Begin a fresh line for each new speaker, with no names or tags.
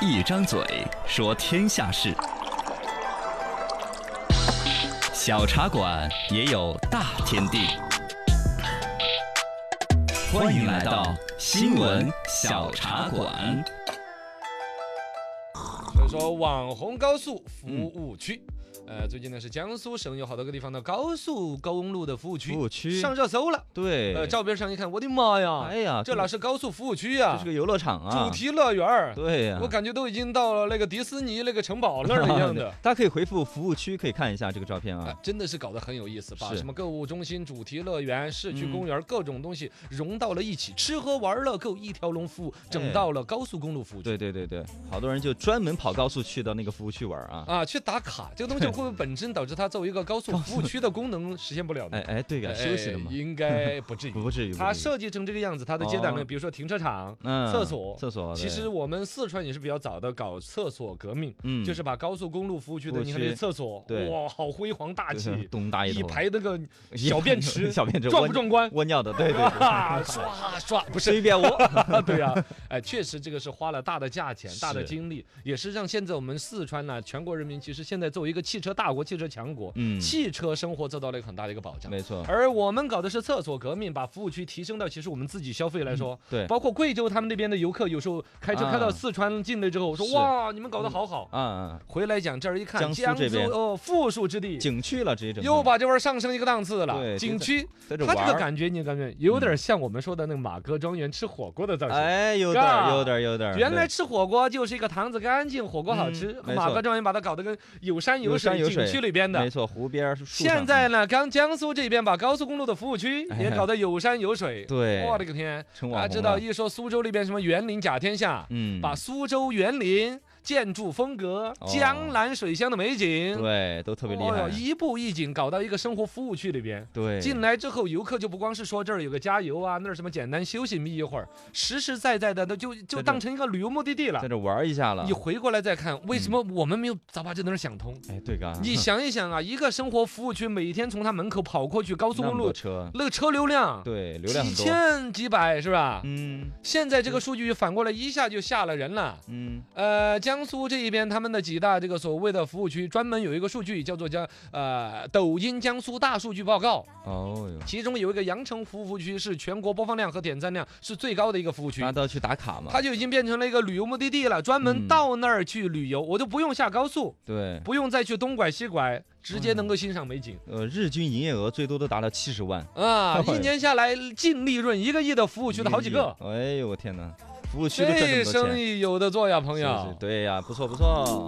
一张嘴说天下事，小茶馆也有大天地。欢迎来到新闻小茶馆。
所以说，网红高速服务区。
嗯
呃，最近呢是江苏省有好多个地方的高速公路的服务区，
服务区
上热搜了。
对，
呃，照片上一看，我的妈呀！
哎呀，
这哪是高速服务区
这
呀
是、个游乐场啊，
主题乐园儿。
对啊呀、
我感觉都已经到了那个迪士尼那个城堡那儿一样 的
对。大家可以回复服务区，可以看一下这个照片
哎
啊。，
真的是搞得很有意思，把
是
什么购物中心、主题乐园、市区公园各种东西融到了一起，吃喝玩乐购一条龙服务，整
哎
到了高速公路服务区。
对对对对，好多人就专门跑高速去到那个服务区玩啊。
啊，去打卡，这个东西 会不会本身导致它作为一个高速服务区的功能实现不了
哎
呢？
哎，对呀，休息了
哎
嘛，
应该不至于
不。不至于。
它
不至于
设计成这个样子，它的接待呢，
哦
比如说停车场、
嗯
厕所。
厕所，
其
对
实我们四川也是比较早的搞厕所革命，
嗯
就是把高速公路服务区
服
的
务
你看那
区
厕所，
对
哇，好辉煌大
就是
气，
咚哒
一
头
排那个
一
小便
排
池
小便池
壮
蜗
不壮观？
蜗尿的，对 对对，
啊，刷刷 不是
随便我。
对呀、哎，确实这个是花了大的价钱、大的
是
精力，也是让现在我们四川呢、全国人民其实现在作为一个汽车大国、汽车强国，
嗯
汽车生活得到了一个很大的一个保障。
没错，
而我们搞的是厕所革命，把服务区提升到其实我们自己消费来说，
嗯对
包括贵州他们那边的游客，有时候开车开到
啊
四川境内之后，我说
是
哇，你们搞得好好。
啊啊，
回来讲这儿一看，
江苏这边
哦富庶之地，
景区了直接整
又
个
把这玩意儿上升一个档次了。
对
景区，
在这
它这
玩
个
儿，嗯
感觉你感觉有点像我们说的那个马哥庄园吃火锅的造型。
哎，有点
啊
儿有点儿有点儿。
原来
对
吃火锅就是一个堂子干净，火锅好吃。
嗯嗯没
马
错
哥庄园把它搞得跟有山有
有
水
山有
景
水
区里边的
没。错，湖边儿树上
现在呢，刚江苏这边把高速公路的服务区也
哎
搞得有山有水。
对
我的个天！
成
大
网
家
红
知道，
了
一说苏州那边什么园林甲天下，
嗯
把苏州园林建筑风格、
哦
江南水乡的美景，
对都特别厉
哦哟
害，
一步一景搞到一个生活服务区里边。
对，
进来之后，游客就不光是说这儿有个加油啊，那儿什么简单休息眯一会儿，实实在在的，那就就
这
当成一个旅游目的地了
在。这玩儿一下了
你。回过来再看，为
嗯
什么我们没有早把这东西想通？
哎，对嘎，
你想一想啊，一个生活服务区每天从他门口跑过去高速
那
公
么多
路，
车，
那个车流量
对，流量
几
很多。
千几百是吧？
嗯
现在这个数据反过来一下就吓了人了。
嗯，
呃，江苏这一边他们的几大这个所谓的服务区，专门有一个数据叫做叫呃抖音江苏大数据报告，
哦哟，
其中有一个阳城服务区是全国播放量和点赞量是最高的一个服务区
大家。都要去打卡嘛。
它就已经变成了一个旅游目的地了，专门
啊嗯
到那儿去旅游，我就不用下高速，
对，
不用再去东拐西拐，直接能够欣赏美景。
呃，日均营业额最多都达到七十万，
啊，
哎
一年下来净利润一个亿的服务
我
区的好几个，。
哎呦，我天哪，服务区都赚这
这
么多
生
钱，
意有的做呀，朋友。
是是对呀，不错不错。